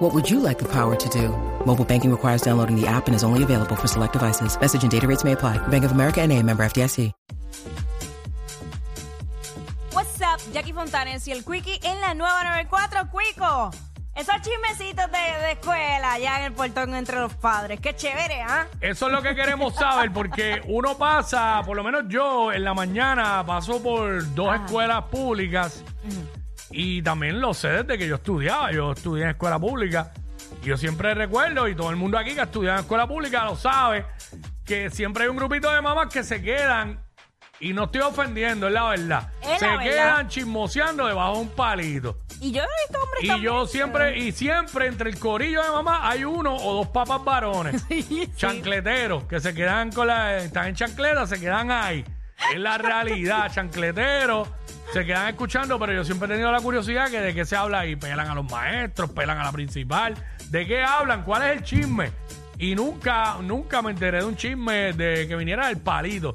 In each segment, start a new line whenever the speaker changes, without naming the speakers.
What would you like the power to do? Mobile banking requires downloading the app and is only available for select devices. Message and data rates may apply. Bank of America and a member FDIC.
What's up, Jackie Fontanes y el Quickie en la nueva 94, Quico. Esos chismecitos de, de escuela ya en el portón entre los padres. Qué chévere, ¿ah?
Eso es lo que queremos saber, porque uno pasa, por lo menos yo en la mañana paso por dos
Ah.
escuelas públicas y también lo sé desde que yo estudiaba. Yo estudié en escuela pública y yo siempre recuerdo, y todo el mundo aquí que ha estudiado en escuela pública lo sabe, que siempre hay un grupito de mamás que se quedan, y no estoy ofendiendo, es la verdad,
Es la
se
verdad.
quedan chismoseando debajo de un palito.
Y yo he visto hombres
Y
también.
yo siempre, y siempre entre el corillo de mamá hay uno o dos papas varones, chancleteros, que se quedan con la, están en chancleta, se quedan ahí. Es la realidad, chancleteros, se quedan escuchando, pero yo siempre he tenido la curiosidad que de qué se habla ahí. Pelan a los maestros, pelan a la principal, de qué hablan, cuál es el chisme. Y nunca, nunca me enteré de un chisme de que viniera del palito.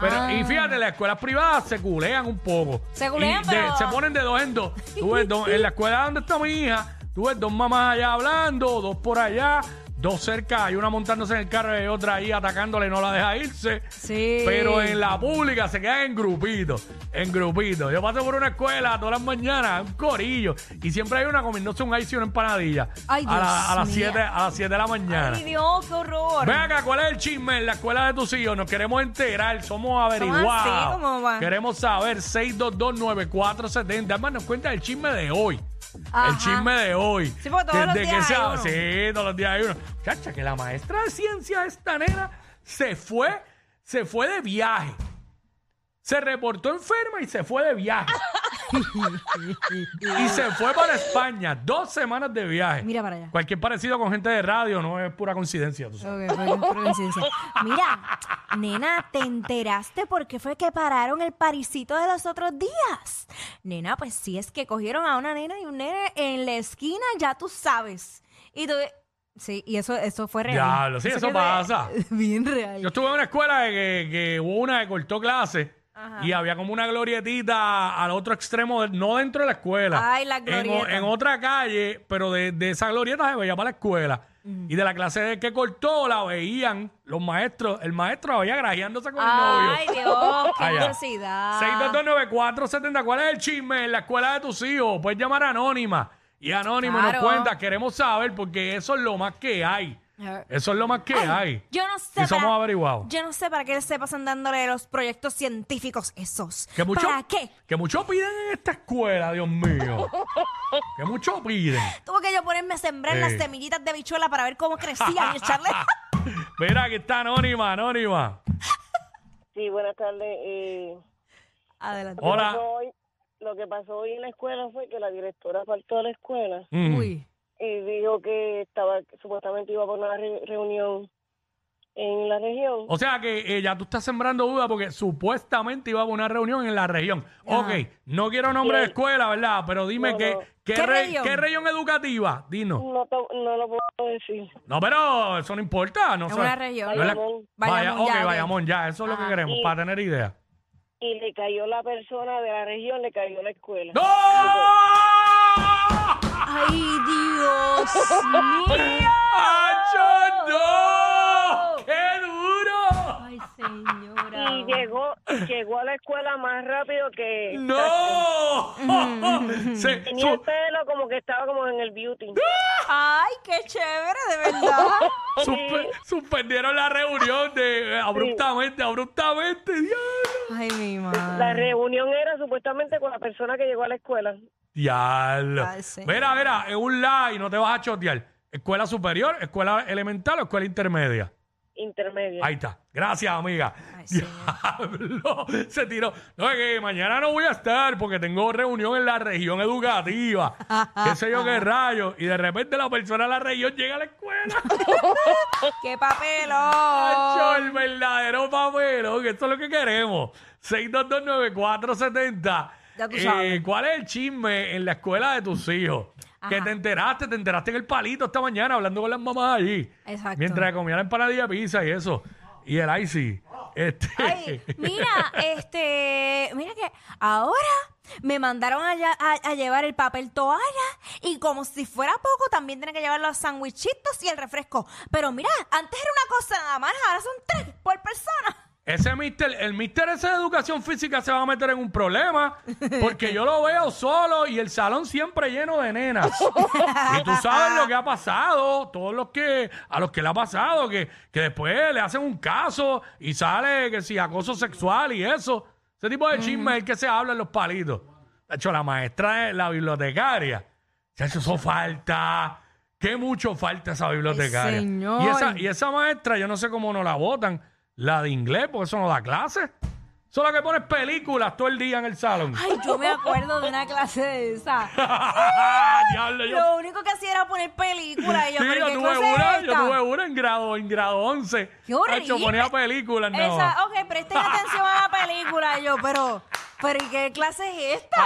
Pero, Y fíjate, las escuelas privadas se culean un poco.
Ah. Se culean,
Y de-
pero-
se ponen ponen de dos en dos. Tú ves dos- en la escuela donde está mi hija, tú ves dos mamás allá hablando, dos por allá, dos cerca, hay una montándose en el carro y otra ahí atacándole, no la deja irse.
Sí.
Pero en la pública se quedan en grupitos, en grupitos. Yo paso por una escuela todas las mañanas, un corillo, y siempre hay una comiéndose un ice y una empanadilla.
Ay,
a, la-
Dios
a las
mío.
7 a las siete de la mañana.
Ay, Dios, qué horror.
Ven acá, ¿cuál es el chisme en la escuela de tus hijos? Nos queremos enterar, somos
así,
averiguados.
como va.
queremos saber 6229470. Además, nos cuenta el chisme de hoy. El
Ajá.
chisme de hoy.
Sí, porque todos
Que-
los
de que
días hay
sea-
uno.
Sí, todos los días hay uno. Chacha, que la maestra de ciencia esta nena se fue, se fue de viaje. Se reportó enferma y se fue de viaje. y se fue para España. Dos semanas de viaje.
Mira para allá.
Cualquier parecido con gente de radio no es pura coincidencia, tú sabes.
Ok, fue por coincidencia. Mira, nena, ¿te enteraste por qué fue que pararon el parisito de los otros días? Nena, pues sí es que cogieron a una nena y un nene en la esquina, ya tú sabes. Y tú, sí, y eso, eso fue real.
Diablo, sí, eso
que
pasa.
fue Bien real.
Yo estuve en una escuela que, que hubo una que cortó clase y había como una glorietita al otro extremo, del- no dentro de la escuela.
Ay, la
en o- En,
glorieta.
otra calle, pero de, de esa glorieta se veía para la escuela. Y de la clase de que cortó la veían los maestros. El maestro la veía grajeándose con
Ay,
el novio. Ah,
Dios, qué
Allá.
curiosidad.
6229470, ¿cuál es el chisme en la escuela de tus hijos? Puedes llamar a Anónima. Y Anónima
Claro.
nos cuenta, queremos saber porque eso es lo más que hay. Eso es lo más que hay.
Yo no sé.
Y somos
para-
averiguados.
Yo no sé para qué se pasan dándole los proyectos científicos esos.
Que mucho,
¿Para qué?
Que mucho piden en esta escuela, Dios mío. que mucho piden.
Tuve que yo ponerme a sembrar
Sí.
las semillitas de bichuela para ver cómo crecían y echarle.
Mira, que está anónima, anónima.
Sí, buenas tardes. eh,
Adelante.
lo que
Hola.
pasó hoy- Lo que pasó hoy en la escuela fue que la directora faltó a la escuela
Mm.
Uy.
y dijo que estaba supuestamente iba a poner una re- reunión en la región.
O sea que eh, ya tú estás sembrando duda porque supuestamente iba a haber una reunión en la región. Ok, no quiero nombre de escuela, ¿verdad? Pero dime
No,
que,
no.
¿qué,
¿Qué
re-
región?
¿qué región educativa? Dinos.
No, to- no lo puedo decir.
No, pero eso no importa. No
Es
sé.
una región.
No es la-
Bayamón.
Vaya,
Bayamón,
ok,
ya, ok.
Bayamón, ya. Eso es lo que queremos,
y-
para tener idea.
Y le cayó la persona de la región, le cayó la escuela.
¡No!
Ay, Dios mío.
¡Acho, no! ¡Qué duro!
Ay, señora.
Y llegó, llegó a la escuela más rápido que
¡No! Se-
tenía el
su,
pelo como que estaba como en el beauty.
Ay, qué chévere, de verdad.
suspe- suspendieron la reunión de eh, abruptamente, abruptamente. Diablo.
Ay, mi
La
madre.
reunión era supuestamente con la persona que llegó a la escuela.
Diablo.
Ay, señor.
Mira, mira, es un like, no te vas a chotear. Escuela superior, escuela elemental o escuela intermedia.
intermedia.
Ahí está. Gracias, amiga.
Ay, señor.
Diablo, se tiró. No, es que mañana no voy a estar porque tengo reunión en la región educativa. qué sé yo qué rayo. Y de repente la persona de la región llega a la escuela.
¡Qué
Chacho,
papelón!
el verdadero papelón. que Eso es lo que queremos. 6229470.
Ya tú
Eh,
sabes.
¿Cuál es el chisme en la escuela de tus hijos? Que
Ajá.
te enteraste, te enteraste en el palito esta mañana hablando con las mamás allí.
Exacto.
Mientras comía la empanadilla de pizza y eso. Y el icy. Este,
Ay, mira, este, mira que ahora me mandaron a, lla- a- a llevar el papel toalla y como si fuera poco también tienen que llevar los sandwichitos y el refresco. Pero mira, antes era una cosa nada más, ahora son tres por persona.
Ese mister, el mister ese de educación física se va a meter en un problema porque yo lo veo solo y el salón siempre lleno de nenas. y tú sabes lo que ha pasado, todos los que, a los que le ha pasado, que, que después le hacen un caso y sale que si acoso sexual y eso. Ese tipo de chisme es el que se habla en los palitos. De hecho, la maestra, eh, la bibliotecaria, se eso falta. Qué mucho falta esa bibliotecaria.
señor.
Y esa, y esa maestra, yo no sé cómo no la votan, la de inglés, porque eso no da clases. Solo que pones películas todo el día en el salón.
Ay, yo me acuerdo de una clase de esa.
Diablo, yo,
Lo único que hacía era poner películas. Y yo,
Sí,
¿pero
yo
qué
tuve
clase es
una, yo
esta?
tuve una en grado, en grado 11.
¡Qué horrible!
Yo ponía películas, no.
Esa, ok, presten atención a la película. Y yo, pero, pero ¿y qué clase es esta?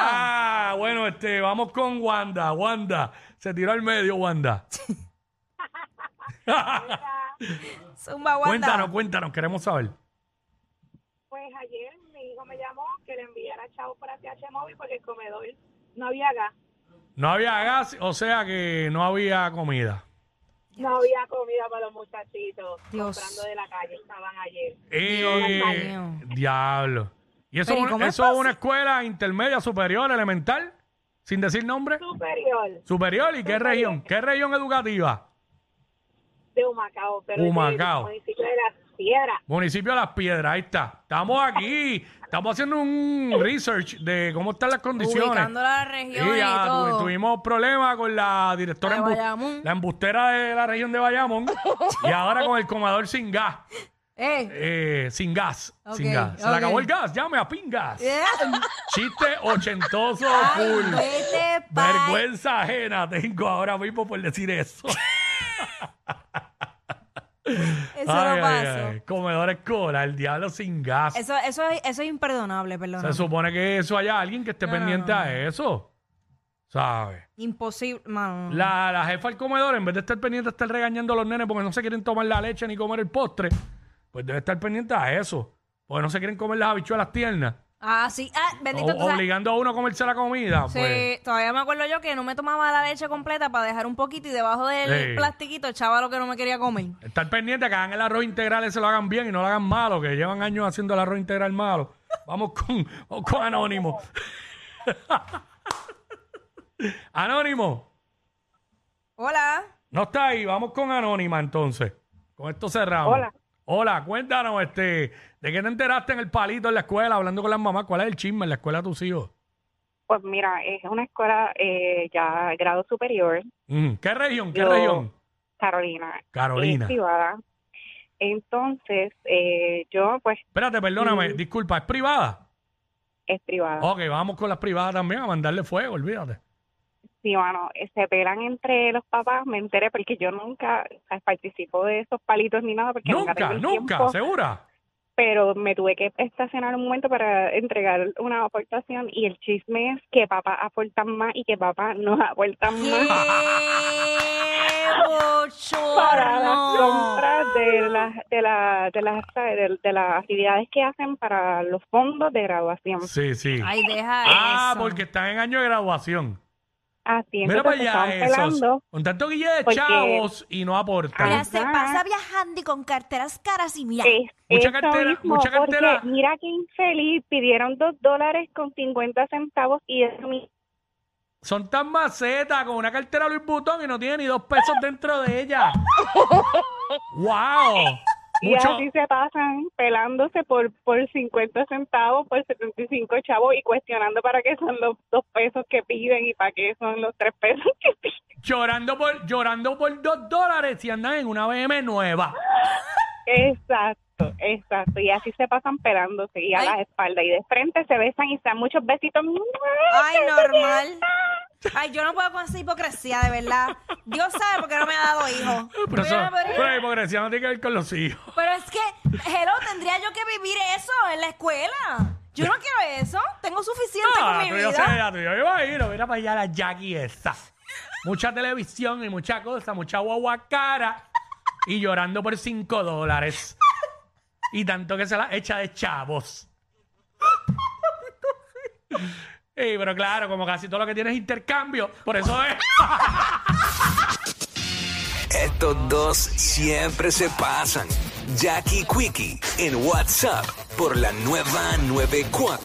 Ah, bueno, este, vamos con Wanda, Wanda. Se tiró al medio, Wanda.
Zumba, Wanda.
Cuéntanos, cuéntanos, queremos saber.
Pues ayer mi hijo me llamó que le enviara chavo para TH Móvil porque el comedor no había gas,
No había gas, o sea que no había comida.
no había comida para los muchachitos
Dios.
comprando de la calle, estaban ayer.
Eh,
mío.
diablo. ¿Y eso,
Pero, ¿y
es un-
cómo es
eso es una
posible?
escuela intermedia, superior, elemental? Sin decir nombre.
Superior
Superior, ¿y qué región? ¿Qué región educativa?
de Humacao, pero es
Humacao.
del municipio de las piedras.
Municipio de Las Piedras, ahí está. Estamos aquí, estamos haciendo un research de cómo están las condiciones.
Ubicando la región y,
ya tu-
todo.
tuvimos problemas con la
La
directora
de
embu-
Bayamón.
la embustera de la región de Bayamón y ahora con el comador sin gas.
Eh,
Eh, sin gas.
Ok,
sin gas. Se le
ok.
acabó el gas, llame a Pingas.
eh,
Chiste ochentoso
ay,
Oh, full.
vete pa'l-
Vergüenza ajena tengo ahora mismo por decir eso.
Eso
Ay,
no
ay,
pasó.
ay. Comedor escolar, el diablo sin gas.
Eso, eso, es- eso es imperdonable, perdón.
Se supone que eso haya alguien que esté
No, no,
pendiente
no,
a eso. ¿Sabes?
Imposible. Mano, no.
La, la jefa del comedor, en vez de estar pendiente, estar regañando a los nenes porque no se quieren tomar la leche ni comer el postre, pues debe estar pendiente a eso. Porque no se quieren comer las habichuelas tiernas.
Ah, sí. Ah, bendito
O-
tú sabes.
obligando a uno a comerse la comida.
Sí,
Pues,
todavía me acuerdo yo que no me tomaba la leche completa para dejar un poquito y debajo del
Sí.
plastiquito echaba lo que no me quería comer.
estar pendiente a que hagan el arroz integral y se lo hagan bien y no lo hagan malo, que llevan años haciendo el arroz integral malo. Vamos con, vamos con Anónimo. Anónimo,
Hola.
no está ahí, vamos con Anónima entonces. Con esto cerramos.
Hola.
Hola, cuéntanos, este, ¿de qué te enteraste en el palito en la escuela, hablando con las mamás? ¿Cuál es el chisme en la escuela de tus hijos?
Pues mira, es una escuela eh, ya grado superior,
Mm, ¿Qué región? ¿Qué
Yo-
región?
Carolina.
Carolina.
Es privada. Entonces, eh, yo pues
Espérate, perdóname, disculpa, ¿es privada?
es privada.
Ok, vamos con las privadas también a mandarle fuego, olvídate.
Sí, mano, eh, se pelan entre los papás, me enteré, porque yo nunca o sea, participo de esos palitos ni nada, porque nunca,
nunca,
tengo el
nunca,
tiempo,
segura.
pero me tuve que estacionar un momento para entregar una aportación y el chisme es que papá aporta más y que papá no aporta más
¡Qué
para las
bochorno!
compras de las de la, de las de, de las actividades que hacen para los fondos de graduación.
Sí, sí.
Ay, deja
ah,
eso.
porque están en año de graduación.
Así
Mira para
entonces se
allá
están
esos.
pelando.
Con tanto guille de
porque-
chavos y no aportan.
Mira, se
Ajá.
pasa viajando y con carteras caras y mira.
Es
Mucha
eso
cartera,
mismo,
mucha cartera.
Porque mira qué infeliz, pidieron dos dólares con 50 centavos y eso mi-
Son tan macetas con una cartera Luis Butón y no tienen ni dos pesos dentro de ella. ¡Wow!
y
Mucho,
así se pasan pelándose por, por 50 centavos, por 75 chavos y cuestionando para qué son los dos pesos que piden y para qué son los tres pesos que piden.
llorando, por, llorando por dos dólares y andan en una BM nueva.
Exacto, exacto. Y así se pasan pelándose y a
Ay.
las espaldas y de frente se besan y se dan muchos besitos.
Ay, normal. Ay, yo no puedo con esa hipocresía, de verdad. Dios sabe por qué no me ha dado hijos.
Pero, Eh, eso, Pues.
Yo no podría-
pero la hipocresía no tiene que ver con los hijos.
Pero es que, hello, tendría yo que vivir eso en la escuela. Yo no quiero eso. Tengo suficiente con
Ah,
mi
tú yo
vida.
sé, ya tú yo iba a ir, mira para allá la Jackie esa. Mucha televisión y mucha cosa, mucha guagua cara y llorando por 5 dólares. Y tanto que se la echa de chavos. Sí, pero claro, como casi todo lo que tiene es intercambio, por eso es.
Estos dos siempre se pasan. Jackie Quickie en WhatsApp por la nueva 94.